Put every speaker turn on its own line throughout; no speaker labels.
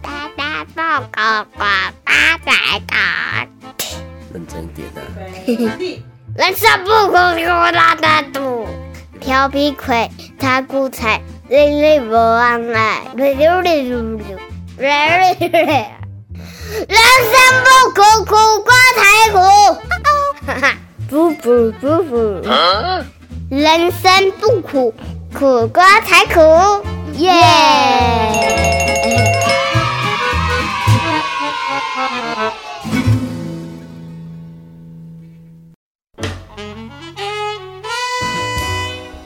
大大报告呱发财的，
认真一点啊！
人生不苦苦大大度，调皮鬼他孤财，累累不忘爱，溜溜溜溜溜，人生不苦苦瓜才苦，哈哈，不不不不。人生不苦，苦瓜才苦。耶、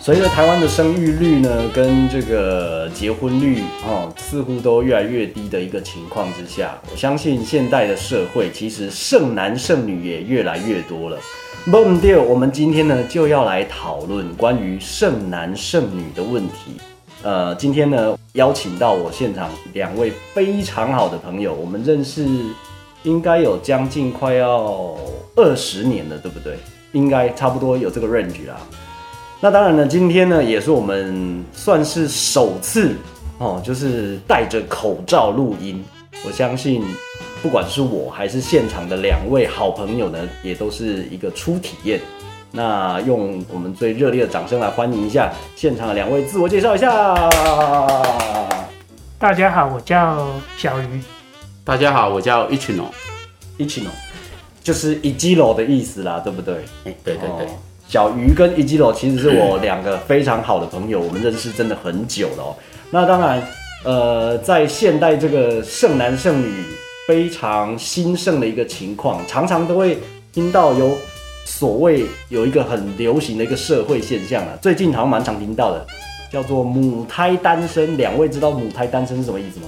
随着台湾的生育率呢，跟这个结婚率哦，似乎都越来越低的一个情况之下，我相信现代的社会其实剩男剩女也越来越多了。不唔对，我们今天呢就要来讨论关于剩男剩女的问题。呃，今天呢邀请到我现场两位非常好的朋友，我们认识应该有将近快要二十年了，对不对？应该差不多有这个 range 啦。那当然呢，今天呢也是我们算是首次哦，就是戴着口罩录音。我相信，不管是我还是现场的两位好朋友呢，也都是一个初体验。那用我们最热烈的掌声来欢迎一下现场的两位，自我介绍一下。
大家好，我叫小鱼。
大家好，我叫一群哦。
一起哦，就是一基楼的意思啦，对不对？
哎，对对对
哦，小鱼跟一基楼其实是我两个非常好的朋友，我们认识真的很久了哦。那当然，呃，在现代这个剩男剩女非常兴盛的一个情况，常常都会听到有所谓有一个很流行的一个社会现象啊，最近好像蛮常听到的，叫做母胎单身。两位知道母胎单身是什么意思吗？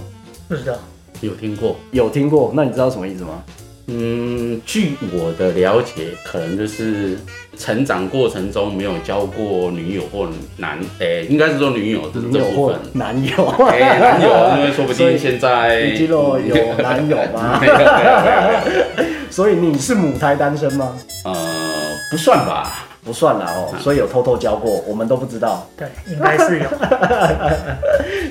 不知道，
有听过。
有听过？那你知道什么意思吗？
嗯，据我的了解，可能就是成长过程中没有交过女友或男，诶、应该是说女友这
女
这
友
嗯部
或
分。
男友？
哎、男友，因为说不定现在
你肌肉有男友吗
没？有没有没有没有
所以你是母胎单身吗？
呃，不算吧。
不算啦哦，所以有偷偷教过，我们都不知道。
对，应该是 有。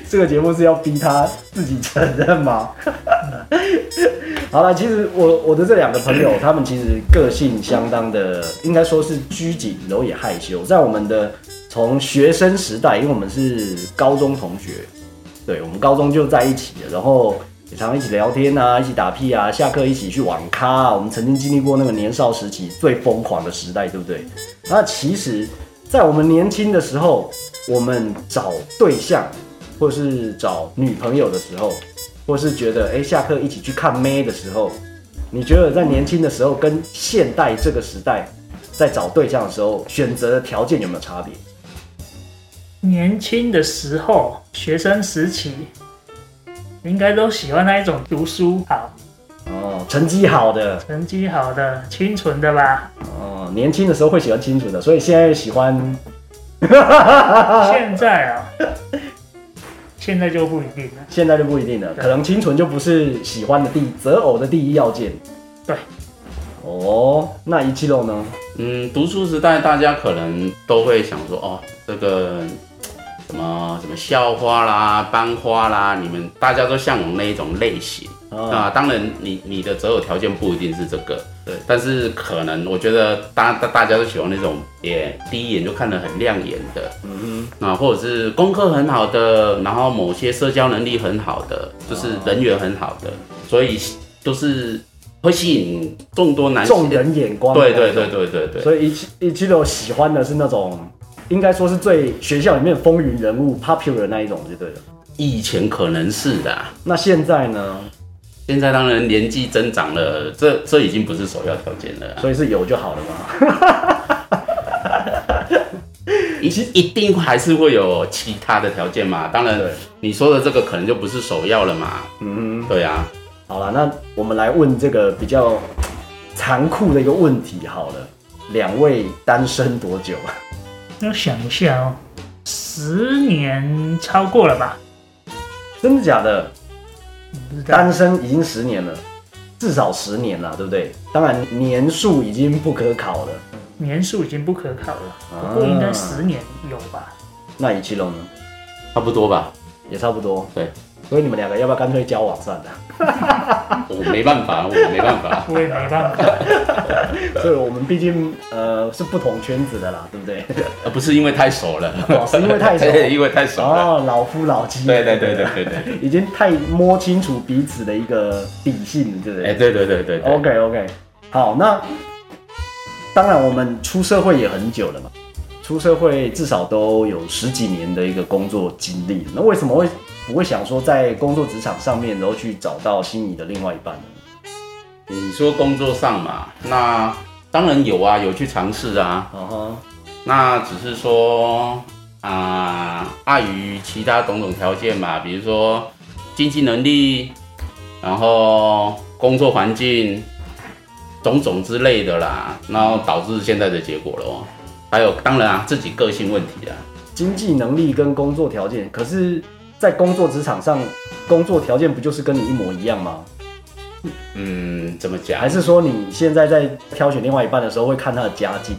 这个节目是要逼他自己承认吗？ 好了，其实我我的这两个朋友，他们其实个性相当的，应该说是拘谨，然后也害羞。在我们的从学生时代，因为我们是高中同学，对我们高中就在一起了，然后也常一起聊天啊，一起打屁啊，下课一起去网咖啊。我们曾经经历过那个年少时期最疯狂的时代，对不对？那其实，在我们年轻的时候，我们找对象或是找女朋友的时候，或是觉得哎、诶下课一起去看妹的时候，你觉得在年轻的时候跟现代这个时代在找对象的时候选择的条件有没有差别？
年轻的时候，学生时期，应该都喜欢那一种读书好、
哦，成绩好的
成绩好的、清纯的吧。
哦，年轻的时候会喜欢清楚的，所以现在喜欢
现在啊， 现在就不一定了。
现在就不一定了，
对
可能清纯就不是喜欢的第择偶的第一要件。
对，
哦，那一七楼呢？
嗯，读书时代大家可能都会想说，哦，这个什么什么校花啦、班花啦，你们大家都向往那一种类型。
啊、
啊，当然你，你的择偶条件不一定是这个，对，但是可能我觉得大大大家都喜欢那种，也第一眼就看得很亮眼的，嗯哼，啊，或者是功课很好的，然后某些社交能力很好的，就是
啊
人缘很好的，所以都是会吸引众多男性
众，人眼光。
啊对对对。对对对，
所以一七一七六喜欢的是那种，应该说是最学校里面风云人物 popular 的那一种就对了。
以前可能是的啊、
那现在呢？
现在当然年纪增长了，这这已经不是首要条件了啊、
所以是有就好了嘛。
一一定还是会有其他的条件嘛，当然
对
你说的这个可能就不是首要了嘛，
嗯，
对啊，
好了，那我们来问这个比较残酷的一个问题好了。两位单身多久？
那我想一下哦，十年超过了吧？
真的假的？
不知
啊
道
单。身已经十年了，至少十年了，对不对？当然年数已经不可考了。
年数已经不可考了，不过应该十年有吧？。
那以七龙呢？
差不多吧，
也差不多。
对，
所以你们两个要不要干脆交往算了？
我没办法，我没办法
我也没办法。
所以我们毕竟呃是不同圈子的啦，对不 对？
呃，不是因为太熟了，
哦是因为太熟
因为太熟了。
哦，老夫老妻，
对对对对对对，
已经太摸清楚彼此的一个底性了，对不对？
哎，对对对对对，
OK OK，好，那当然我们出社会也很久了嘛，出社会至少都有十几年的一个工作经历，那为什么会不会想说在工作职场上面，然后去找到心仪的另外一半呢？
你说工作上嘛，那当然有啊，有去尝试啊，
啊哈，
那只是说啊、碍于其他种种条件嘛，比如说经济能力，然后工作环境，种种之类的啦，然后导致现在的结果咯。还有，当然啊，自己个性问题啊，
经济能力跟工作条件，可是，在工作职场上，工作条件不就是跟你一模一样吗？
嗯，怎么讲
还？是说你现在在挑选另外一半的时候，会看他的家境？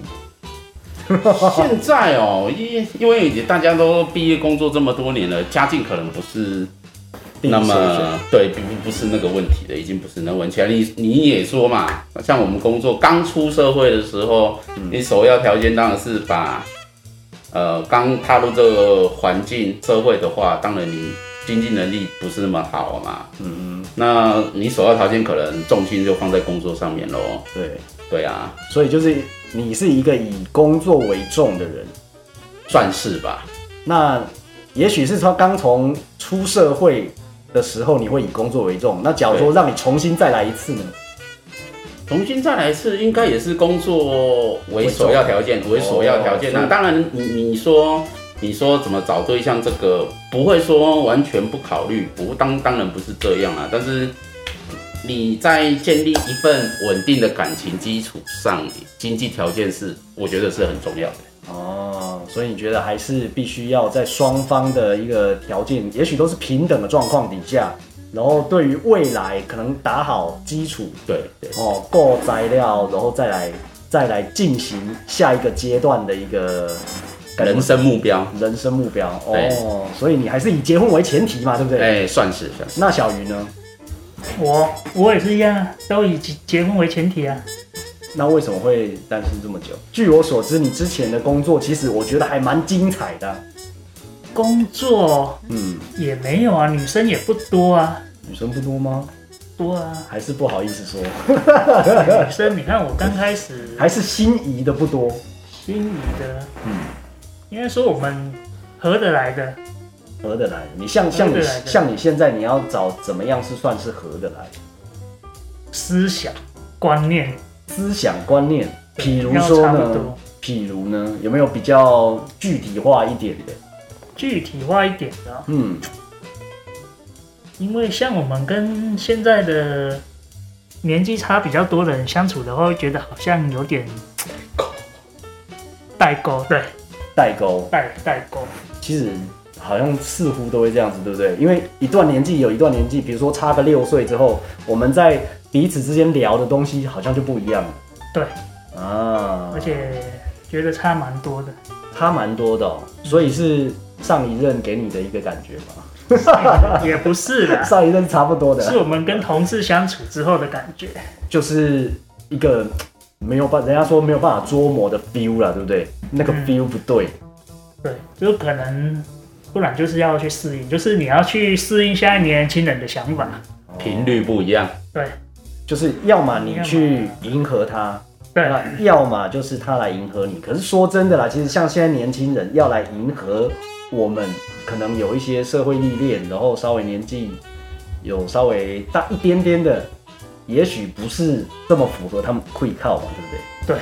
现在哦，因因为大家都毕业工作这么多年了，家境可能不是
并
那
且选
么对，不不不是那个问题的，已经不是那个问题了。你你也说嘛，像我们工作刚出社会的时候，
嗯
你首要条件当然是把，呃，刚踏入这个环境社会的话，当然你经济能力不是那么好嘛，
嗯，
那你首要条件可能重心就放在工作上面喽。
对，
对啊，
所以就是你是一个以工作为重的人。
算是吧。
那也许是他刚从出社会的时候，你会以工作为重。那假如说
对
让你重新再来一次呢？
重新再来一次，应该也是工作为首要条件，为首要条件。
哦
那当然你，你说你说怎么找对象，这个不会说完全不考虑，不当当然不是这样啊。但是你在建立一份稳定的感情基础上，经济条件是我觉得是很重要的。
哦，所以你觉得还是必须要在双方的一个条件，也许都是平等的状况底下，然后对于未来可能打好基础
对对
哦，够材料，然后再来再来进行下一个阶段的一个
人生目标，
人生目标哦。所以你还是以结婚为前提嘛，对不对？
哎、算是算是。
那小鱼呢？
我我也是一样啊，都以结结婚为前提啊。
那为什么会单身这么久？据我所知，你之前的工作其实我觉得还蛮精彩的。
工作
嗯，
也没有啊，女生也不多啊，
女生不多吗？
多啊。
还是不好意思说，
女生，你看我刚开始
还是心仪的不多。
心仪的，
嗯
应该说我们合得来的，
合得来，你像像
合
你
得来的
像你现在你要找怎么样是算是合得来？
思想观念
思想观念，
对
譬如
应该
说
差不
呢
多，
譬如呢，有没有比较具体化一点的？
具体化一点的哦、
嗯，
因为像我们跟现在的年纪差比较多的人相处的话，会觉得好像有点代沟，对，
代沟，
代代沟，
其实好像似乎都会这样子，对不对？因为一段年纪有一段年纪，比如说差个六岁之后，我们在彼此之间聊的东西好像就不一样了
对，
啊
而，且觉得差蛮多的。
差蛮多的、哦，所以是上一任给你的一个感觉嘛，
也不是啦，
上一任差不多的
是
啦，
我们跟同事相处之后的感觉。
就是一个没有办，人家说没有办法捉摸的 feel 啦，对不对？那个
嗯
feel 不对，
对，就可能不然就是要去适应，就是你要去适应现在年轻人的想法。
频率不一样，
对
就是要么你去迎合他，
对
那要么就是他来迎合你。可是说真的啦，其实像现在年轻人要来迎合我们，可能有一些社会历练，然后稍微年纪有稍微大一点点的，也许不是这么符合他们会靠嘛，对不对？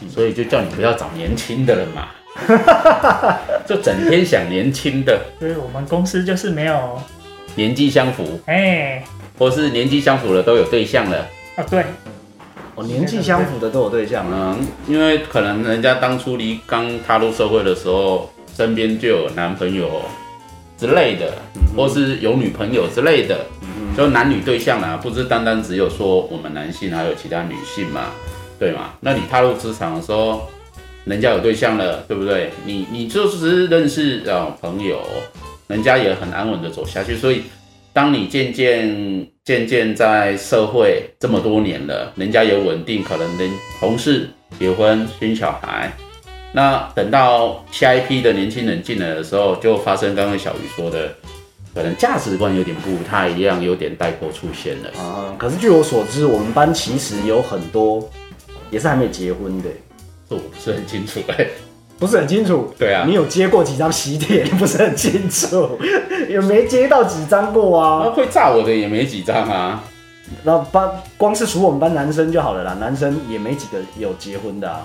对，
所以就叫你不要找年轻的了 嘛，就整天想年轻的，
所以我们公司就是没有，
年纪相符。
哎、
或是年纪相符了都有对象了，
啊对，
哦，年纪相符的都有对象啊，
嗯，因为可能人家当初离刚踏入社会的时候，身边就有男朋友之类的，或是有女朋友之类的，就男女对象啊啦，不是单单只有说我们男性，还有其他女性嘛，对嘛？那你踏入职场的时候，人家有对象了，对不对？你你就只是认识啊、呃朋友，人家也很安稳的走下去，所以当你渐渐渐渐在社会这么多年了，人家也稳定，可能人同事结婚生小孩，那等到下一批的年轻人进来的时候，就发生刚刚小鱼说的，可能价值观有点不太一样，有点代沟出现了。
啊，可是据我所知，我们班其实有很多也是还没结婚的，
这我不是很清楚哎、
不是很清楚。
对啊
你有接过几张喜帖？不是很清楚， 也没接到几张过
那
啊。
哦会炸我的也没几张啊。
那班光是数我们班男生就好了啦，男生也没几个有结婚的啊，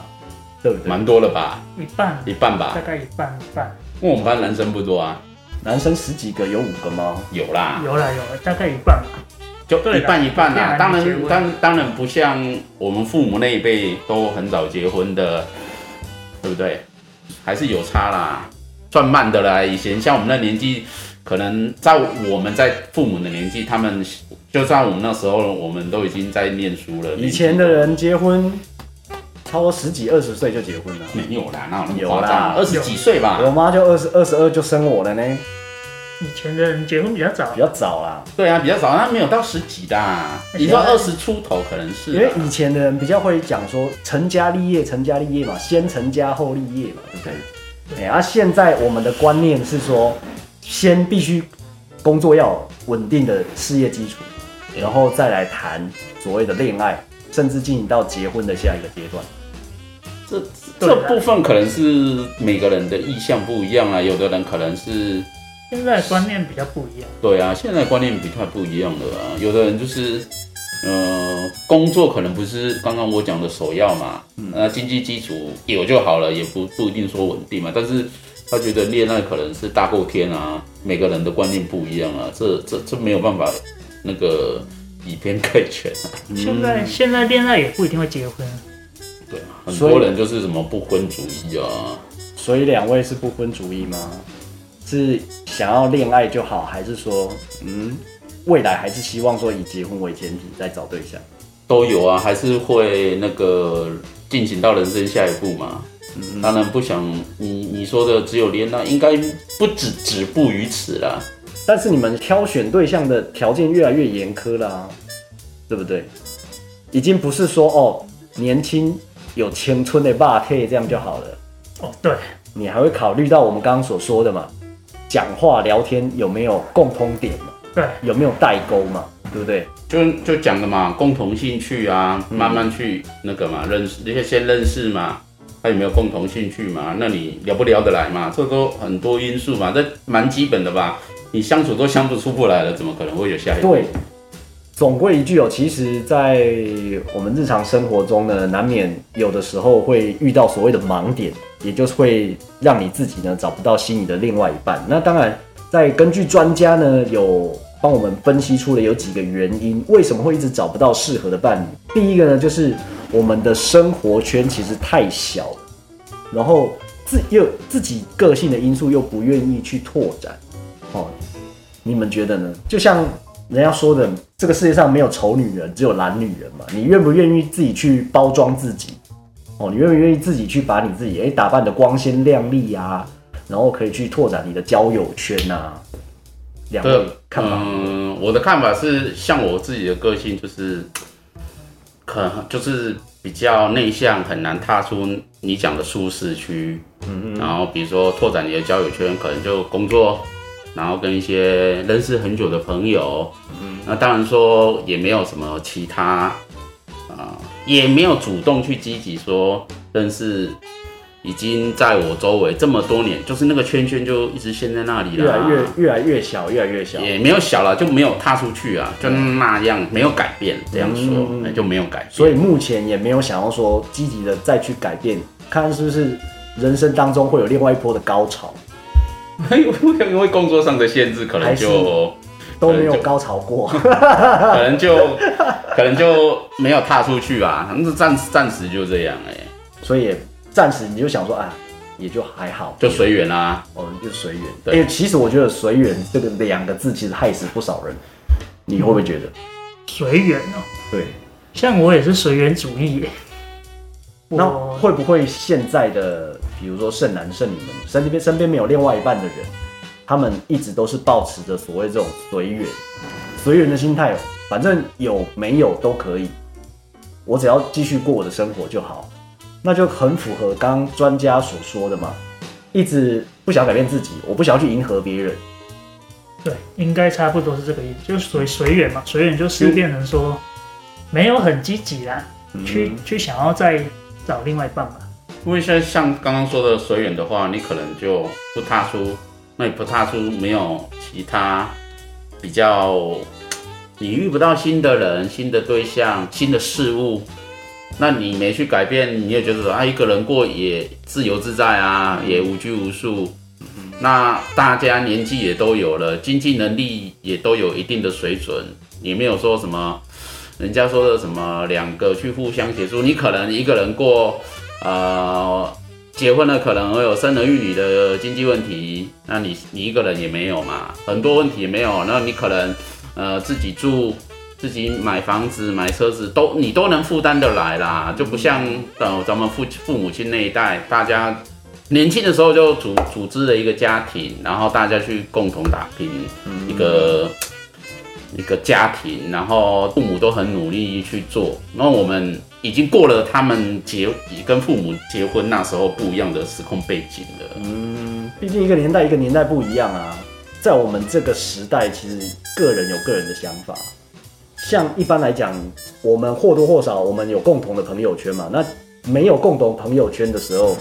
对不对？
蛮多了吧，
一半，
一半
大
吧。
概一半一半，
因为我们班男生不多啊，
男生十几个有五个吗？
有啦，
有啦有啦，大概一半吧。
就
对啦
一半一半啦。
对啦
当
你结
然，
婚
当当然不像我们父母那一辈都很早结婚的，对不对？还是有差啦，算慢的啦。以前像我们那年纪，可能在我们在父母的年纪，他们就算我们那时候，我们都已经在念书了。
以前的人结婚，超过十几二十岁就结婚了。
没有啦，哪有那么
有
夸
啦
张？啊二十几岁吧
我，妈就二十二十二就生我了呢，
以前的人结婚比较早
比，较早啦。
对啊，比较早，那没有到十几的啊。
而且
你说二十出头可能是
因
啊啦，
为以前的人比较会讲说成家立业，成家立业嘛，先成家后立业嘛，对不对？哎、啊，现在我们的观念是说，先必须工作要有稳定的事业基础，然后再来谈所谓的恋爱，甚至进行到结婚的下一个阶段。
这
对
这
啊
啦
部分可能是每个人的意向不一样啊，有的人可能是
现在观念比较不一样。
对啊，现在观念比较不一样了啊，有的人就是呃，工作可能不是刚刚我讲的首要嘛，
嗯
那经济基础有就好了，也不不一定说稳定嘛，但是。他觉得恋爱可能是大过天啊，每个人的观念不一样啊，这这这没有办法，那个以偏概全啊。
嗯
现在现在恋爱也不一定会结婚，
对啊，很
所以
多人就是什么不婚主义啊，
所以两位是不婚主义吗？是想要恋爱就好，还是说，嗯，未来还是希望说以结婚为前提再找对象？
都有啊，还是会那个进行到人生下一步嘛。当然不想你你说的只有恋爱，应该不止止步于此啦。
但是你们挑选对象的条件越来越严苛啦、对不对？已经不是说哦，年轻有青春的霸体这样就好了，
哦对，
你还会考虑到我们刚刚所说的嘛，讲话聊天有没有共通点嘛，
对，
有没有代沟嘛，对不对？
就就讲的嘛，共同兴趣啊，慢慢去那个嘛，认识先先认识嘛，他有没有共同兴趣嘛？那你聊不聊得来嘛？这都很多因素嘛，这蛮基本的吧。你相处都相处出不来了，怎么可能会有下一步？
对，总归一句哦，其实，在我们日常生活中呢，难免有的时候会遇到所谓的盲点，也就是会让你自己呢找不到心仪的另外一半。那当然，在根据专家呢有帮我们分析出了有几个原因，为什么会一直找不到适合的伴侣。第一个呢，就是我们的生活圈其实太小了，然后自又自己个性的因素又不愿意去拓展，哦，你们觉得呢？就像人家说的，这个世界上没有丑女人，只有懒女人嘛。你愿不愿意自己去包装自己？哦，你愿不愿意自己去把你自己诶打扮的光鲜亮丽啊？然后可以去拓展你的交友圈啊。两位
对，
看法？
嗯，我的看法是，像我自己的个性就是，可就是比较内向，很难踏出你讲的舒适区。嗯然后比如说拓展你的交友圈，可能就工作，然后跟一些认识很久的朋友。嗯。那当然说也没有什么其他，啊、也没有主动去积极说认识。已经在我周围这么多年，就是那个圈圈就一直陷在那里了，
越来越越来越小，越来越小。
也没有小了，就没有踏出去啊，就那样没有改变，这样说、
嗯
哎就没有改变。
所以目前也没有想要说积极的再去改变，看看是不是人生当中会有另外一波的高潮，
因为因为工作上的限制，可能就
都没有高潮过。 啊
可能就可能就没有踏出去啊，那暂暂时就这样哎、
所以也暂时你就想说啊，也就还好，
就随缘啊啦。
我们就随缘。哎、
对
其实我觉得“随缘”这个两个字，其实害死不少人。你会不会觉得？
随缘哦。
对。
像我也是随缘主义耶，
那
我
会不会现在的，比如说剩男剩女们身边身边没有另外一半的人，他们一直都是保持着所谓这种随缘、随缘的心态，反正有没有都可以，我只要继续过我的生活就好。那就很符合刚刚专家所说的嘛，一直不想改变自己，我不想要去迎合别人。
对，应该差不多是这个意思，就是
嗯
随随缘嘛，随缘就是变成说没有很积极啦，
嗯
去去想要再找另外一半吧。
因为像像刚刚说的随缘的话，你可能就不踏出，那你不踏出，没有其他比较，你遇不到新的人、新的对象、新的事物，那你没去改变，你也觉得说啊，一个人过也自由自在啊，也无拘无束。那大家年纪也都有了，经济能力也都有一定的水准，也没有说什么人家说的什么两个去互相协助，你可能一个人过。呃，结婚了可能会有生儿育女的经济问题，那你你一个人也没有嘛，很多问题也没有，那你可能呃自己住、自己买房子、买车子都你都能负担得来啦，就不像呃咱们父父母亲那一代，大家年轻的时候就组组织了一个家庭，然后大家去共同打拼一个。一个家庭，然后父母都很努力去做。那我们已经过了他们结跟父母结婚那时候不一样的时空背景了。
毕竟一个年代一个年代不一样啊，在我们这个时代，其实个人有个人的想法。像一般来讲，我们或多或少我们有共同的朋友圈嘛。那没有共同朋友圈的时候，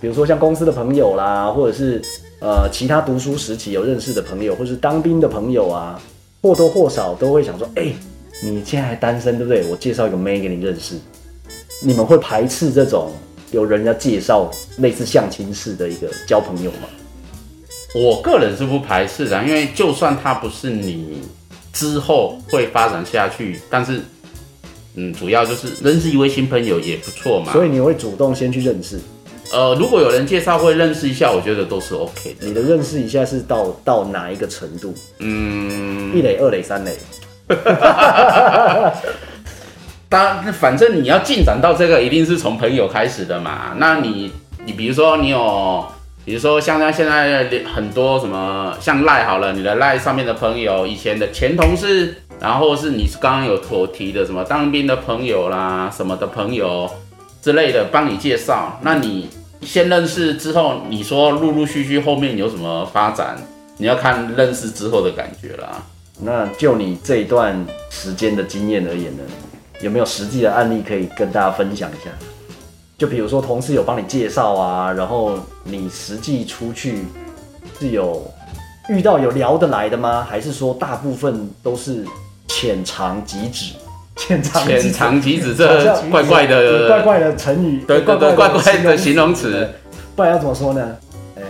比如说像公司的朋友啦，或者是呃其他读书时期有认识的朋友，或是当兵的朋友啊，或多或少都会想说，哎、你现在还单身对不对？我介绍一个妹给你认识。你们会排斥这种有人家介绍类似相亲式的一个交朋友吗？
我个人是不排斥的，因为就算它不是你之后会发展下去，但是嗯，主要就是认识一位新朋友也不错嘛。
所以你会主动先去认识，
呃，如果有人介绍会认识一下，我觉得都是 OK 的。
你的认识一下是到到哪一个程度？
嗯，
一垒、二垒、三垒，
当反正你要进展到这个，一定是从朋友开始的嘛。那你你比如说你有，比如说像现在很多什么像赖好了，你的赖上面的朋友，以前的前同事，然后是你刚刚有所提的什么当兵的朋友啦，什么的朋友之类的，帮你介绍。那你先认识之后，你说陆陆续续后面有什么发展，你要看认识之后的感觉啦。
那就你这一段时间的经验而言呢，有没有实际的案例可以跟大家分享一下？就比如说同事有帮你介绍啊，然后你实际出去是有遇到有聊得来的吗？还是说大部分都是浅尝即止？浅尝即止
浅尝即止，
好
这
像
怪怪
有怪
的，
怪的成语，
对对对，怪怪的形容词。
不然要怎么说呢？呃、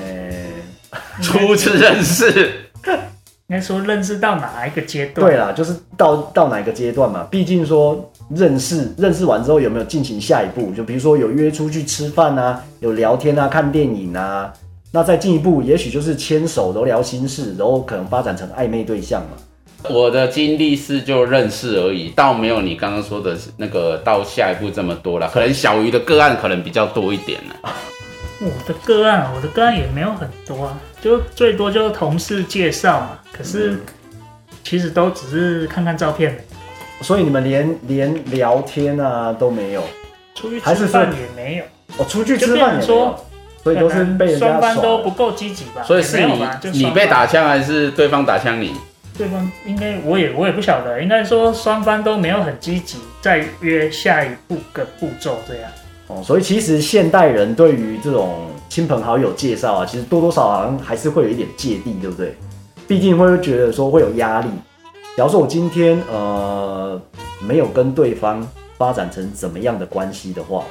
初次认识，
应该说认识到哪一个阶段？
对啦，就是到到哪个阶段嘛？毕竟说认识，认识完之后有没有进行下一步？就比如说有约出去吃饭啊，有聊天啊，看电影啊。那再进一步，也许就是牵手都聊心事，然后可能发展成暧昧对象嘛。
我的经历是就认识而已，倒没有你刚刚说的那个到下一步这么多了。可能小鱼的个案可能比较多一点了。
我的个案，啊我的个案也没有很多啊，就最多就是同事介绍嘛。可
嗯
是其实都只是看看照片，
所以你们连连聊天啊都没有，
出去
还
吃
是
饭
说
也没有，
我、出去
就
吃
变
饭
成
也没有
说，
所以都是
可能
被人家
双方
耍
都不够积极吧。
所以是
啊也没
你
有吧就
你
双方
被打枪还是对方打枪你？
对方应该我也我也不晓得，应该说双方都没有很积极在约下一步的步骤这样。
哦，所以其实现代人对于这种亲朋好友介绍啊，其实多多少少好像还是会有一点芥蒂，对不对？毕竟会觉得说会有压力。假如说我今天呃没有跟对方发展成怎么样的关系的话，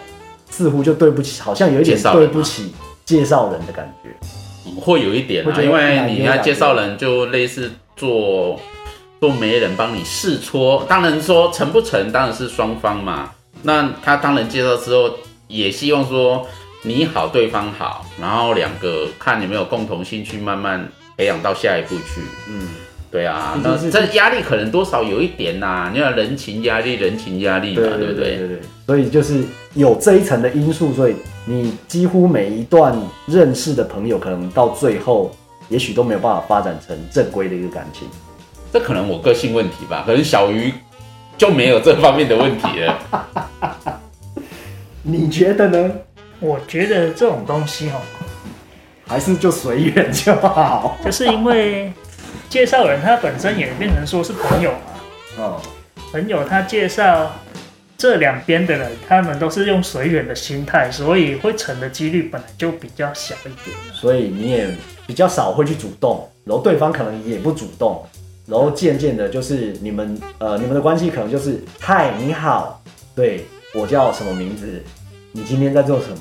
似乎就对不起，好像有一点
介绍人
对
啊吗
不起介绍人的感觉。
嗯会有一点
会
啊，
觉得
因为
哎
你
呀
要介绍人就类似做做媒人帮你试搓，当然说成不成当然是双方嘛。那他当然介绍之后，也希望说你好，对方好，然后两个看有没有共同兴趣，慢慢培养到下一步去。
嗯，
对啊，
毕竟
那
是
这压力可能多少有一点呐、你要人情压力，人情压力嘛，对不对？
对对。所以就是有这一层的因素，所以你几乎每一段认识的朋友，可能到最后也许都没有办法发展成正规的一个感情。
这可能我个性问题吧，可能小鱼就没有这方面的问题了。
你觉得呢？
我觉得这种东西哦，
还是就随缘就好？
就是因为介绍人他本身也变成说是朋友嘛，
嗯，
朋友他介绍这两边的人，他们都是用随缘的心态，所以会成的几率本来就比较小一点。
所以你也比较少会去主动，然后对方可能也不主动，然后渐渐的，就是你们呃你们的关系可能就是嗨你好，对我叫什么名字，你今天在做什么，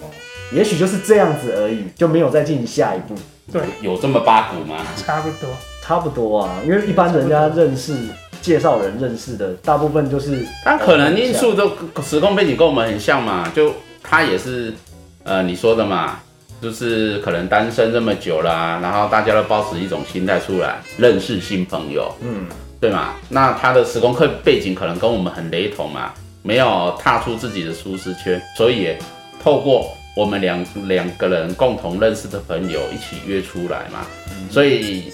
也许就是这样子而已，就没有再进行下一步。
对，
有这么八股吗？
差不多。
差不多啊，因为一般人家认识介绍人认识的，大部分就是呃
他可能因素都时空背景跟我们很像嘛，就他也是，呃，你说的嘛，就是可能单身这么久啦、然后大家都保持一种心态出来认识新朋友，
嗯，
对嘛？那他的时空课背景可能跟我们很雷同嘛，没有踏出自己的舒适圈，所以也透过我们两两个人共同认识的朋友一起约出来嘛，所以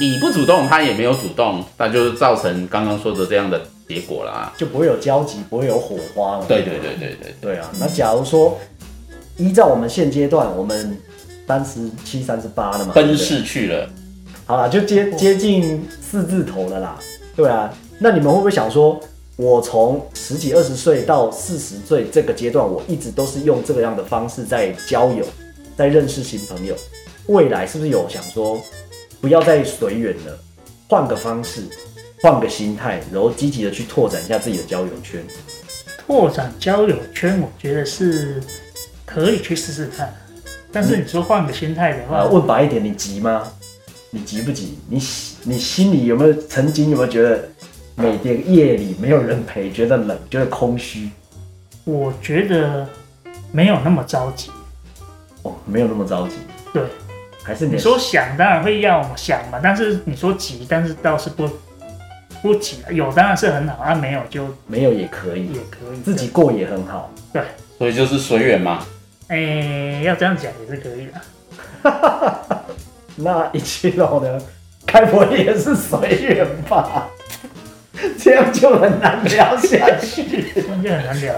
你不主动，他也没有主动，那就是造成刚刚说的这样的结果啦。
就不会有交集，不会有火花了。
对对对对对，
对啊，那假如说依照我们现阶段，我们三十七、三十八了嘛，
奔
对
逝去了。
不对好了，就接接近四字头了啦。对啊，那你们会不会想说，我从十几、二十岁到四十岁这个阶段，我一直都是用这个样的方式在交友，在认识新朋友，未来是不是有想说，不要再随缘了，换个方式，换个心态，然后积极的去拓展一下自己的交友圈？
拓展交友圈，我觉得是可以去试试看。但是你说换个心态的话，
啊，问白一点，你急吗？你急不急？你喜你心里有没有曾经有没有觉得每天夜里没有人陪，觉得冷，觉得空虚？
我觉得没有那么着急。
哦，没有那么着急，
对，
还是你
你说想当然会要我想嘛，但是你说急，但是倒是不不急啊，有当然是很好，那、啊没有就
没有也可以
也，可以
自己过也很好。
对。
所以就是随缘嘛，
哎、要这样讲也是可以的。
那一七楼呢？该不会也是随缘吧？ 这样就很难聊下去，
关键很难聊，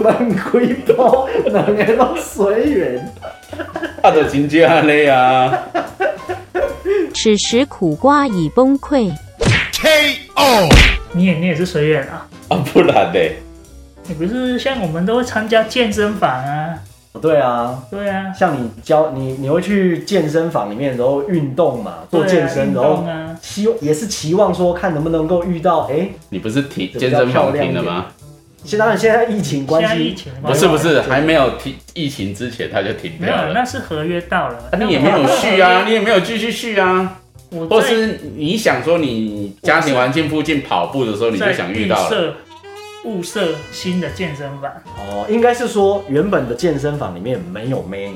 蛮亏包，哪个都随缘。
他的情节安内啊，
此时苦瓜已崩溃。
你也你也是随缘啊，
啊不然呢？
你不是像我们都会参加健身房啊，
对啊，
对啊，
像你教你，你会去健身房里面，然后运动嘛，
对啊
做健身，然
运动
后
啊
期也是期望说看能不能够遇到，哎，
你不是停健身房停了吗？
现当然现在疫情关
现在
系，
疫情
不
关
是
系
不是，还没有停疫情之前他就停
没
掉
有，
了
那。是合约到了，
啊、你也没有续啊，你也没有继续续啊，
我
或
在
是你想说你家庭环境附近跑步的时候，你就
在
想遇到
预
了，
设物色新的健身房，
哦，应该是说原本的健身房里面没有妹，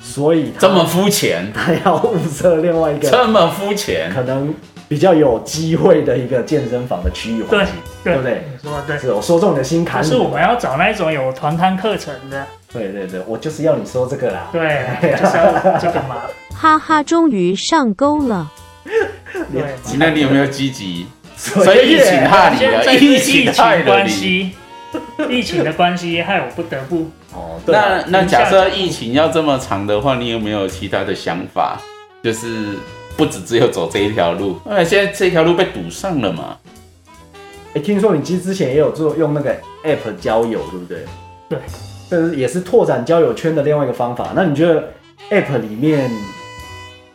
所以他
这么肤浅，
他要物色另外一个
这么肤浅，
可能比较有机会的一个健身房的区域环
对
境，对
对
不对？
你说的对，
是我说中你的心
可
坎里
是我们要找那一种有团刊课程的，
对对对，我就是要你说这个啦，
对，就是要这个嘛，
哈哈，终于上钩了！
对嘛。
那你有没有积极？所
所以
以疫情 害你
现在
了，
是疫
疫情
情
害了
关
你。
系，疫情的关系害我不得不
哦，对啊，
那那假设疫情要这么长的话，你有没有其他的想法？就是不止只有走这一条路，因为现在这条路被堵上了嘛。
哎，听说你其实之前也有做用那个 app 交友，对不对？
对，
这是也是拓展交友圈的另外一个方法。那你觉得 app 里面，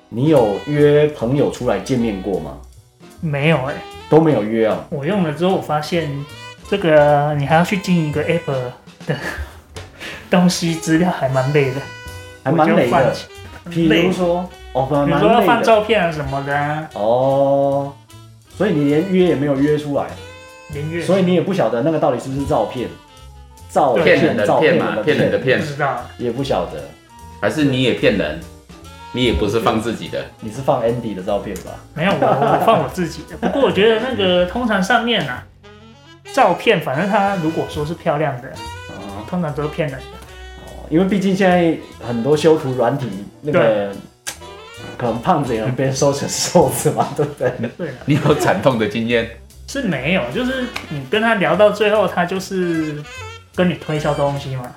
你有约朋友出来见面过吗？
没有哎、
都没有约啊，
我用了之后，我发现这个你还要去进一个 app 的 东西资料还蛮累的，
还蛮
我就
累
放
的。
弃
比
累
如说，哦，蛮
比如
蛮
说要放
累的。
照片啊什么的、啊，
哦，所以你连约也没有约出来，
连月
所以你也不晓得那个到底是不是照片，照
对
骗人
片，
的
照
哦骗
片
嘛，骗人的，骗
不，知道
也不晓得。
还是你也骗人？你也不是放自己的，
你是放 Andy 的照片吧？
没有我我放我自己的。不过我觉得那个通常上面啊，照片反正它如果说是漂亮的，
哦
通常都是骗人的。
哦，因为毕竟现在很多修图软体那个。可能胖子也能被说成瘦子嘛，对不对？
对了，
你有惨痛的经验？
是没有，就是你跟他聊到最后，他就是跟你推销东西嘛。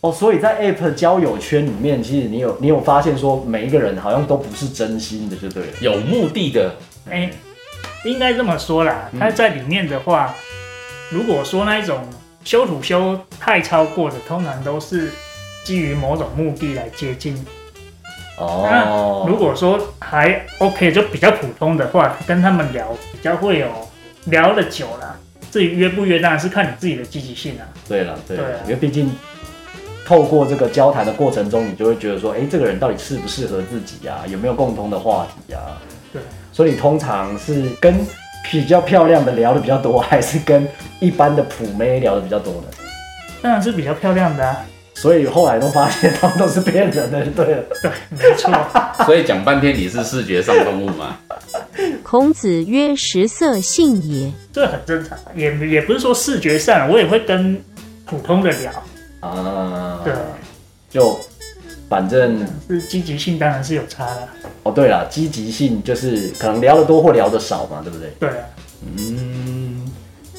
哦，所以在 App 交友圈里面，其实你有你有发现说，每一个人好像都不是真心的，就对了。
有目的的，
哎、应该这么说啦，他在里面的话，如果说那一种修图修太超过的，通常都是基于某种目的来接近。
哦，
如果说还 OK，就比较普通的话，跟他们聊比较会有聊得久啦。至于约不约，当然是看你自己的积极性啊。
对了，对
对
了
啊，
因为毕竟透过这个交谈的过程中，你就会觉得说，哎，这个人到底适不适合自己呀、有没有共同的话题呀、
对，
所以通常是跟比较漂亮的聊的比较多，还是跟一般的普妹聊的比较多呢？
当然是比较漂亮的啊，
所以后来都发现他们都是骗人的，就对了。
没错。
所以讲半天你是视觉上动物嘛？
孔子曰：“食色，性也。
这很正常，也也不是说视觉上，我也会跟普通的聊，
啊，
对，
就反正
是积极性当然是有差的，
哦，对了，积极性就是可能聊得多或聊得少嘛，对不对？
对啊，
嗯，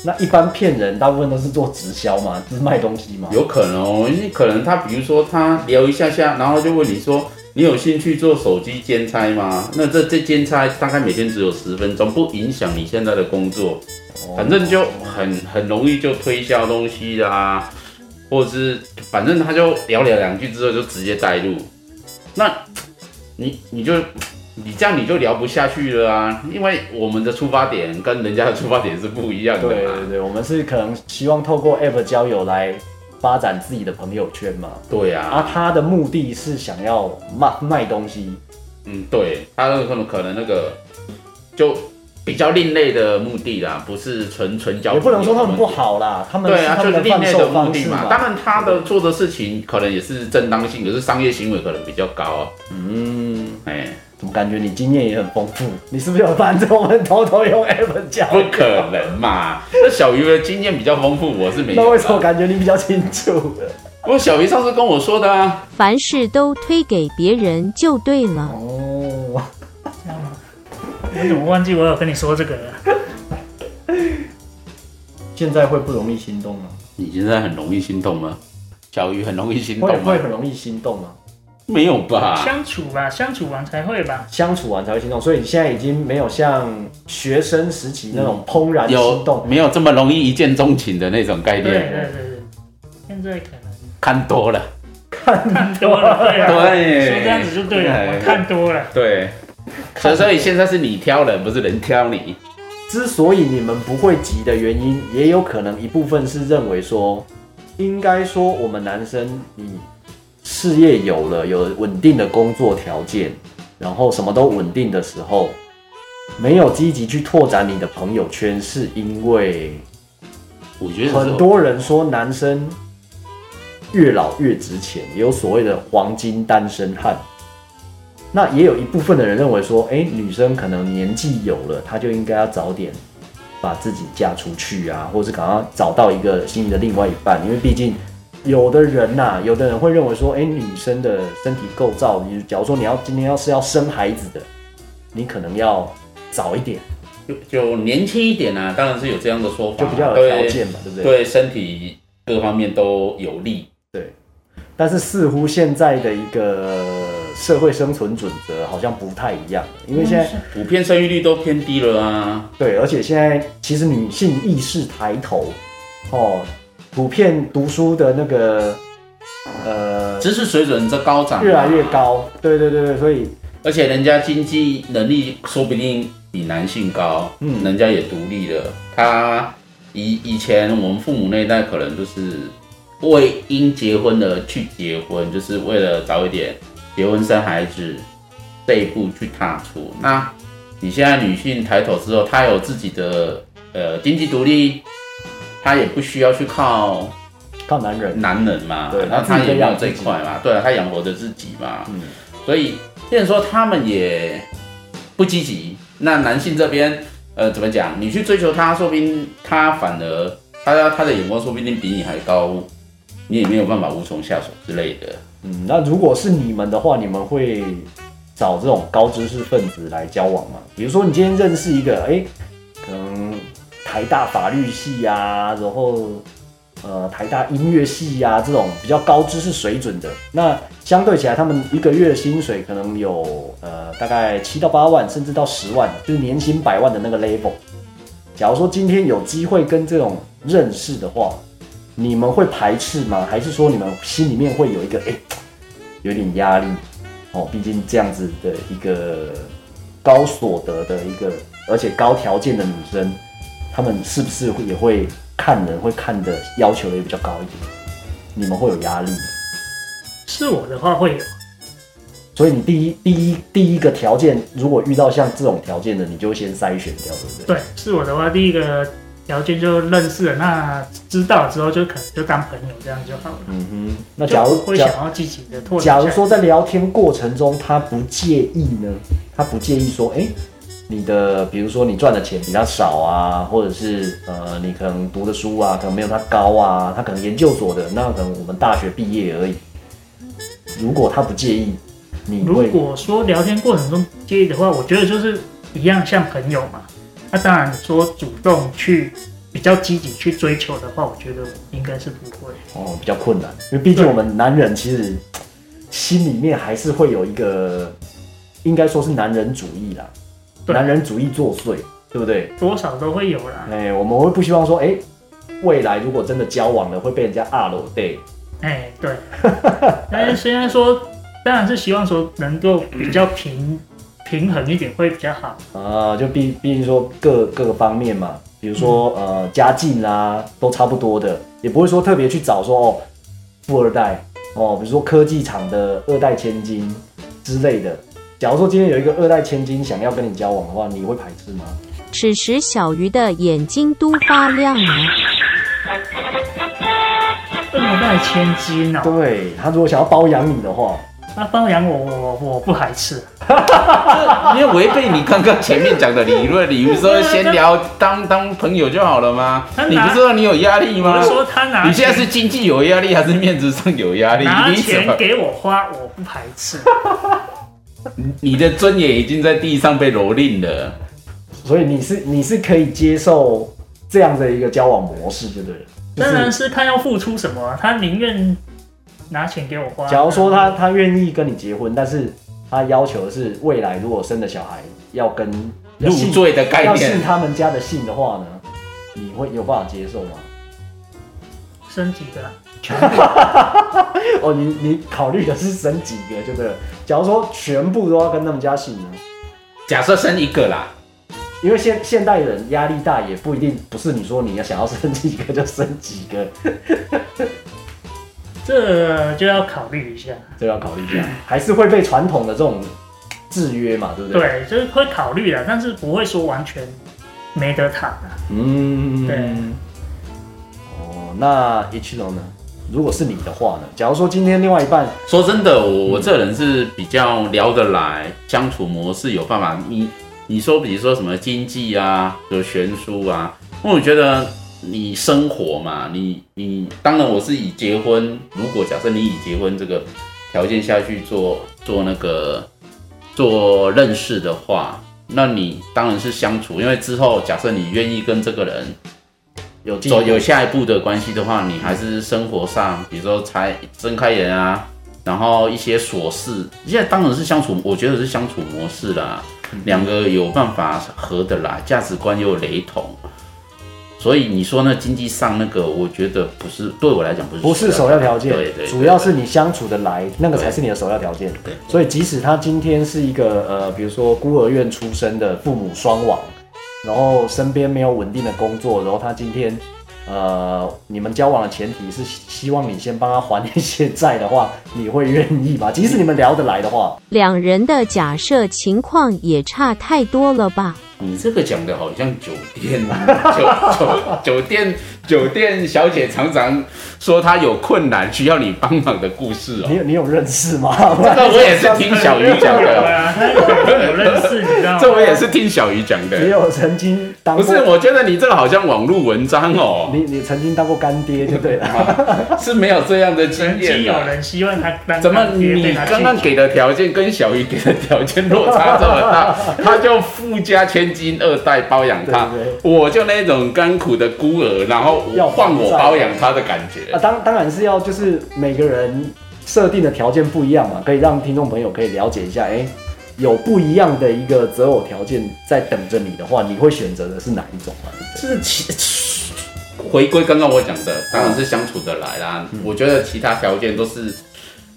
那一般骗人大部分都是做直销嘛，就是卖东西嘛。
有可能哦，因为可能他比如说他聊一下下，然后就问你说你有兴趣做手机兼差吗？那这这兼差大概每天只有十分钟，不影响你现在的工作，
哦
反正就很很容易就推销东西啦，或者是反正他就聊聊两句之后就直接带入，那你你就。你这样你就聊不下去了啊，因为我们的出发点跟人家的出发点是不一样的嘛。
对对对，我们是可能希望透过 App 交友来发展自己的朋友圈嘛。
对呀、
啊，他的目的是想要卖卖东西，
嗯，对，他那个可能可能那个就比较另类的目的啦，不是纯纯交。
也不能说他们不。好啦，他们
对
是
啊，
他
就
们
是
的
另
贩
类的
售
目
方
的
式
嘛。当然，他的做的事情可能也是正当性，可是商业行为可能比较高啊。
嗯，
哎，
怎么感觉你经验也很丰富？你是不是有伴着我们偷偷用 App 交
不
友？
可能嘛！ 那小鱼的经验比较丰富，我是没
那
有
为什么
的。啊
感觉你比较清楚？
不过小鱼上次跟我说的啊，
凡事都推给别人就对了。
哦，
这样吗？我哎怎么忘记我有跟你说这个了？
现在会不容易心动吗？
你现在很容易心动吗？小鱼很容易心
会啊
动吗
会？很容易心动吗？
没有吧？
相处吧，相处完才会吧。
相处完才会心动，所以你现在已经没有像学生时期那种怦然心
有
动。
没有这么容易一见钟情的那种概
对对
念？
对对，现在可能
看多了。
看多了，对啊，
对
说这样子就对了，
对
我看多了。
对，所所以现在是你挑人，不是人挑你。
之所以你们不会急的原因，也有可能一部分是认为说，应该说我们男生你事业有了，有了稳定的工作条件，然后什么都稳定的时候，没有积极去拓展你的朋友圈，是因为
我觉得
很多人说男生越老越值钱，也有所谓的黄金单身汉。那也有一部分的人认为说，哎、女生可能年纪有了，她就应该要早点把自己嫁出去啊，或者是赶快找到一个心仪的另外一半，因为毕竟有的人呐、有的人会认为说，哎、女生的身体构造，你假如说你要今天要是要生孩子的，你可能要早一点，
就就年轻一点啊，当然是有这样的说法，
就比较有条件嘛，对不
对，对身体各方面都有利。
对，但是似乎现在的一个社会生存准则好像不太一样，因为现在、
普遍生育率都偏低了啊，
对，而且现在其实女性意识抬头，哦，普遍读书的那个呃
知识水准在高涨、啊
越来越，高，对对对对，所以
而且人家经济能力说不定比男性高，
嗯
嗯，人家也独立了。他以以前我们父母那一代可能就是为因结婚而去结婚，就是为了早一点结婚生孩子这一步去踏出。那你现在女性抬头之后，她有自己的呃经济独立，她也不需要去靠
靠男人，
男人嘛，
对
那
他
他
自己
也
可以
没
养
有
自
这
己
一块嘛，对啊，他养活着自己嘛，
嗯
所以变成说他们也不积极。那男性这边，呃，怎么讲？你去追求他，说不定他反而他他的眼光说不定比你还高你也没有办法无从下手之类的。
嗯，那如果是你们的话，你们会找这种高知识分子来交往吗？比如说，你今天认识一个，哎、可能台大法律系啊，然后呃台大音乐系啊这种比较高知识水准的，那相对起来，他们一个月的薪水可能有呃大概七到八万，甚至到十万，就是年薪百万的那个 level。假如说今天有机会跟这种认识的话，你们会排斥吗？还是说你们心里面会有一个哎、诶有点压力哦？毕竟这样子的一个高所得的一个，而且高条件的女生，她们是不是会也会看人会看的要求也比较高一点？你们会有压力，
是我的话会有，
所以你第一第一第一个条件，如果遇到像这种条件的，你就会先筛选掉，对不对？
对，是我的话，第一个条件就认识了，那知道之后就可能就当朋友这样就好了。
嗯哼，那假如
就会
假
想要积极的拓展。
假如，说在聊天过程中他不介意呢，他不介意说，哎、你的比如说你赚的钱比他少啊，或者是呃你可能读的书啊，可能没有他高啊，他可能研究所的，那可能我们大学毕业而已。如果他不介意，你
如
会
果说聊天过程中不介意的话，我觉得就是一样像朋友嘛。那当然说主动去比较积极去追求的话，我觉得我应该是不会。
哦比较困难，因为毕竟我们男人其实心里面还是会有一个，应该说是男人主义啦，
对
男人主义作祟，对不对？
多少都会有啦。
哎、我们会不希望说，哎、未来如果真的交往了，会被人家二楼 day。
哎、 对。但是虽然说，当然是希望说能够比较平平衡一点会比较好。
啊，就毕毕竟说各各个方面嘛，比如说、
嗯
呃家境啦、都差不多的，也不会说特别去找说哦富二代哦，比如说科技厂的二代千金之类的。假如说今天有一个二代千金想要跟你交往的话，你会排斥吗？
此时小鱼的眼睛都发亮了。
二代千金哦，
对他如果想要包养你的话，
那包养我，我我不排斥。
因为违背你刚刚前面讲的理论，你不是说先聊当当朋友就好了吗
他？拿
你不是说你有压力
我
吗
是？说他拿
你现在
钱
是经济有压力还是面子上有压力？
拿
你怎
钱
么？
给我花，我不排 斥。
你的尊严已经在地上被蹂躏了。
所以你是你是可以接受这样的一个交往模式，就对了。就
当
是
然是看要付出什么啊，他宁愿拿钱给我花。
假如说他他愿意跟你结婚，但是他要求的是未来如果生的小孩要跟要
入
信
赘的概
要
念
信，他们家的姓的话呢，你会有办法接受吗？
升级的啊，
哦，你你考虑的是生几个，就对了。假如说全部都要跟他们家姓呢，
假设生一个啦，
因为现现代人压力大，也不一定不是你说你要想要生几个就生几个，
这就要考虑一下。
这要考虑一下，还是会被传统的这种制约嘛，对不对？，
对，就是会考虑的，但是不会说完全没得谈啊。
嗯，
对。
哦，那 H 龙呢？如果是你的话呢？假如说今天另外一半，
说真的，我我这人是比较聊得来，相处模式有办法。你你说，比如说什么经济啊，有悬殊啊，因为我觉得你生活嘛，你你当然我是以结婚，如果假设你以结婚这个条件下去做做那个做认识的话，那你当然是相处，因为之后假设你愿意跟这个人
有进
走有下一步的关系的话，你还是生活上，比如说才睁开眼啊，然后一些琐事，现在当然是相处，我觉得是相处模式啦，
嗯
两个有办法合得来，价值观又雷同，所以你说那经济上那个，我觉得不是对我来讲不是
不是首要条件，
对对，对
主要是你相处的来，那个才是你的首要条件。
对
所以即使他今天是一个呃，比如说孤儿院出生的，父母双亡，然后身边没有稳定的工作，然后他今天呃，你们交往的前提是希希望你先帮他还一些债的话，你会愿意吗？即使你们聊得来的话，
两人的假设情况也差太多了吧？
你这个讲的好像酒店啊，酒酒酒店酒店小姐常常说她有困难需要你帮忙的故事哦
你。有你有认识吗？
这个我也是听小鱼讲
有
的，
啊，他有认识，你知道吗？
这我也是听小 鱼讲
也
的。
有曾经当
不
过，
是，我觉得你这个好像网络文章哦，
你你曾经当过干爹就 对了。
是没有这样的经
曾经
验
有
啊。
人希望他当
怎么
干爹
你
被他
刚刚
拒绝
给的条件跟小鱼给的条件落差这么大？他就富家千金二代包养他
对对，
我就那种甘苦的孤儿，然后
要
我换我包养他的感觉
啊，。当当然是要就是每个人设定的条件不一样嘛，可以让听众朋友可以了解一下，哎、有不一样的一个择偶条件在等着你的话，你会选择的是哪一种啊嘛？对不对
是其回归刚刚我讲的，当然是相处的来啦。我觉得其他条件都是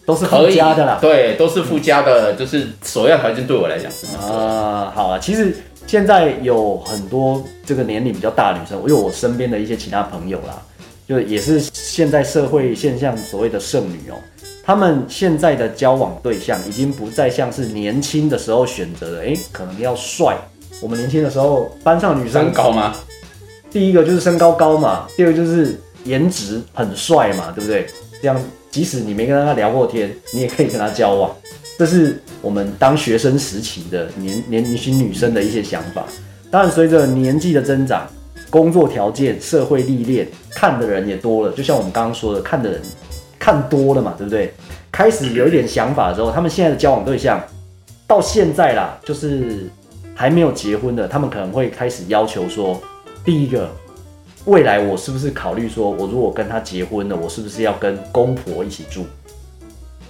都是
可
附
以
加的啦。
对，都是附加的，就是首要条件对我来讲是什么？
啊，好啊，其实现在有很多这个年龄比较大的女生，因为我身边的一些其他朋友啦，就也是现在社会现象所谓的剩女哦、她们现在的交往对象已经不再像是年轻的时候选择的，诶、可能要帅。我们年轻的时候，班上女生
身高吗？
第一个就是身高高嘛，第二个就是颜值很帅嘛，对不对？这样即使你没跟他聊过天，你也可以跟他交往。这是我们当学生时期的年年轻女生的一些想法。当然，随着年纪的增长，工作条件、社会历练，看的人也多了。就像我们刚刚说的，看的人看多了嘛，对不对？开始有一点想法之后，他们现在的交往对象，到现在啦，就是还没有结婚的，他们可能会开始要求说，第一个，未来我是不是考虑说，我如果跟他结婚了，我是不是要跟公婆一起住？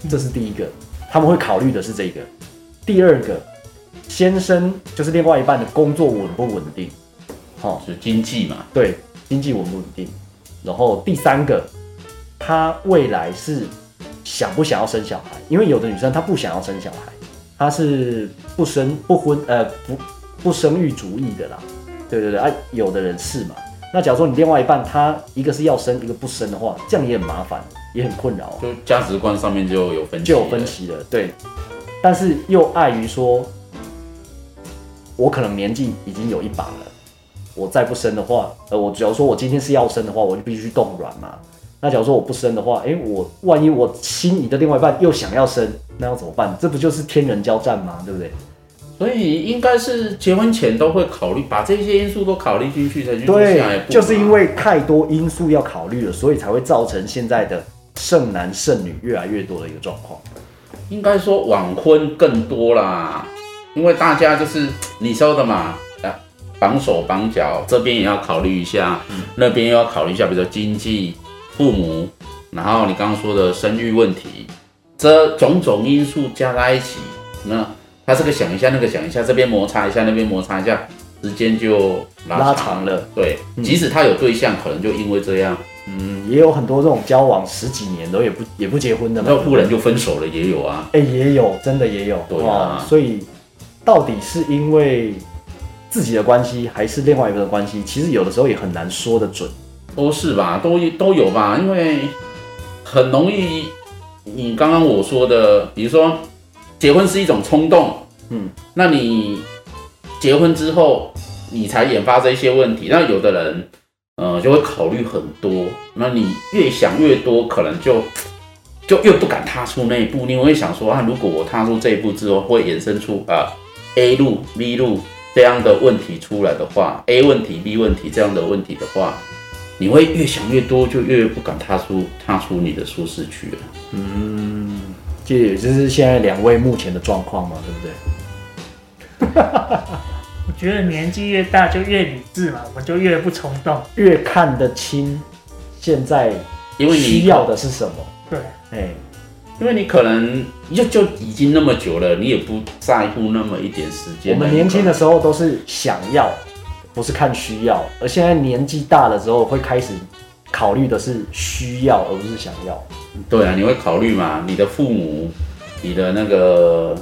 这是第一个，他们会考虑的是这个。第二个，先生就是另外一半的工作稳不稳定？哦好、
是经济嘛？
对，经济稳不稳定？然后第三个，她未来是想不想要生小孩？因为有的女生她不想要生小孩，她是不生不婚呃不不生育主义的啦。对对对，啊，有的人是嘛。那假如说你另外一半他一个是要生，一个不生的话，这样也很麻烦，也很困扰。啊
就价值观上面就有分歧
就
了，
有分歧了，对。但是又碍于说，我可能年纪已经有一把了，我再不生的话，呃，我假如说我今天是要生的话，我就必须冻卵嘛。那假如说我不生的话，诶，我万一我心仪的另外一半又想要生，那要怎么办？这不就是天人交战吗？对不对？
所以应该是结婚前都会考虑，把这些因素都考虑进去才去做下一
对
步，嘛。
就是因为太多因素要考虑了，所以才会造成现在的剩男剩女越来越多的一个状况。
应该说晚婚更多啦，因为大家就是你说的嘛，啊，绑手绑脚，这边也要考虑一下，那边又要考虑一下，比如说经济、父母，然后你刚刚说的生育问题，这种种因素加在一起，那他这个想一下，那个想一下，这边摩擦一下，那边摩擦一下，时间就拉
拉
长
长
了。嗯
了
对，即使他有对象，可能就因为这样，
嗯，也有很多这种交往十几年都也不也不结婚的嘛，
要不然就分手了也有啊。
哎、也有，真的也有，哦
对啊
所以到底是因为自己的关系，还是另外一个的关系，其实有的时候也很难说得准。
都是吧，都都有吧，因为很容易，你刚刚我说的，比如说结婚是一种冲动，
嗯，
那你结婚之后，你才引发这些问题，那有的人，呃，就会考虑很多，那你越想越多，可能就就越不敢踏出那一步，你会想说啊，如果我踏出这一步之后，会衍生出啊、A 路、B 路这样的问题出来的话，A 问题、B 问题这样的问题的话。你会越想越多，就越不敢踏出踏出你的舒适区了。
这也就是现在两位目前的状况嘛，对不对？
我觉得年纪越大就越理智嘛，我就越不冲动。
越看得清现在
因为你
需要，的是什么，
对，
哎、
因为你可能就就已经那么久了，你也不在乎那么一点时间。
哎我们年轻的时候都是想要，不是看需要，而现在年纪大了之后，会开始考虑的是需要，而不是想要。
候，对啊，你会考虑嘛？你的父母，你的那个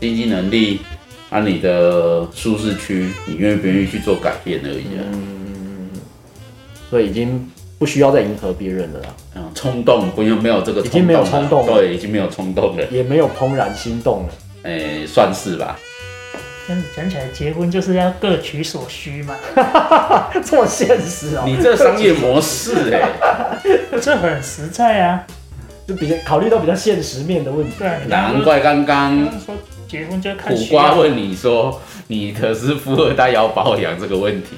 经济能力，啊，你的舒适区，你愿不愿意去做改变而已啊。
嗯所以已经不需要再迎合别人了啦，
嗯，冲动不用没有这个
已经没有冲动了
了对，已经没有冲动了，
也没有怦然心动了。
哎、算是吧。
但是讲起来，结婚就是要各取所需嘛，
这么现实哦、
你这商业模式哎、
这很实在啊。
就比较考虑到比较现实面的问题。
对啊，你刚
难
刚
怪刚刚
说结婚就看
苦
需
瓜
要，
问你说你可是富二代要保养这个问题，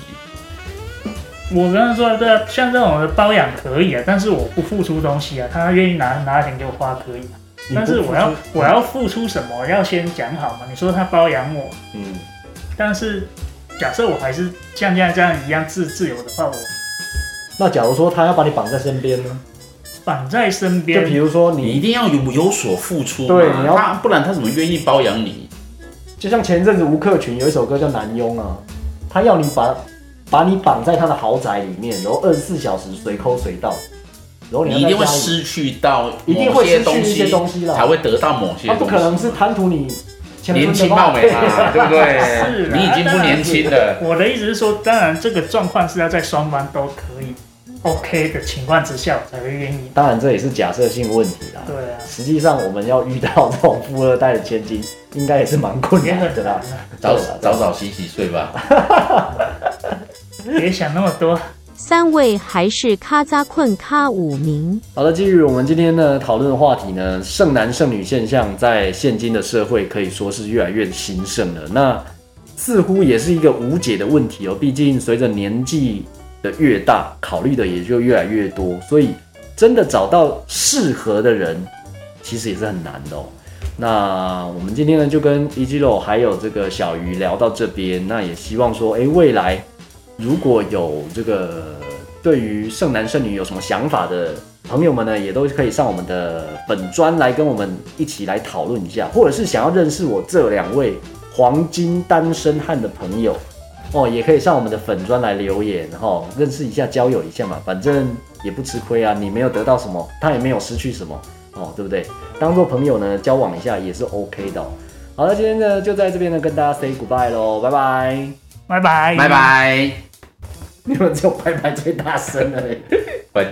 我刚刚说的对啊，像这种的包养可以啊，但是我不付出东西啊，他愿意拿拿钱给我花可以啊、
你不
但是我
付
要
出嗯
我要付出什么，要先讲好嘛。你说他包养我，
嗯，
但是假设我还是像现在这样一样自自由的话，我
那假如说他要把你绑在身边呢？
绑在身
就比
边，
如说
你
你，
一定要有有所付出嘛，
对你要
他不然他怎么愿意包养你？
就像前阵子吴克群有一首歌叫《男佣》啊，他要你把把你绑在他的豪宅里面，然后二十四小时随抠随到，然后
你
要
一定会
在家里
失去到
一定
某
会
些
失去
东
一
西
些，东西啦，
才会得到某些
他
东西。
不可能是贪图你前
年
村
轻
的
貌
吧
美啊嘛，对 不
是
啊
对？
啦
你已经不年轻了，
我的意思是说，当然这个状况是要在双方都可以 OK 的情况之下，我才会愿意。
当然这也是假设性问题啦。
对啊，
实际上我们要遇到这种富二代的千金，应该也是蛮困
也
难
很
的
难
啦。
啊，
早
对啦
早早洗洗睡 吧。
别想那么多。
三位还是卡扎困卡五名。
好的，基于我们今天呢讨论的话题呢，剩男剩女现象在现今的社会可以说是越来越兴盛了。那似乎也是一个无解的问题哦，毕竟随着年纪的越大，考虑的也就越来越多，所以真的找到适合的人，其实也是很难的哦。那我们今天呢就跟 E G 肉还有这个小鱼聊到这边，那也希望说，诶，未来如果有这个对于剩男剩女有什么想法的朋友们呢，也都可以上我们的本专来跟我们一起来讨论一下，或者是想要认识我这两位黄金单身汉的朋友哦，也可以上我们的粉专来留言哈、哦，认识一下交友一下嘛，反正也不吃亏啊，你没有得到什么，他也没有失去什么哦，对不对？当做朋友呢交往一下也是 OK 的哦、好了，今天呢就在这边呢跟大家 say goodbye 喽，拜拜。
拜拜，
拜。拜。
你们只有拜拜最大声了、已。
本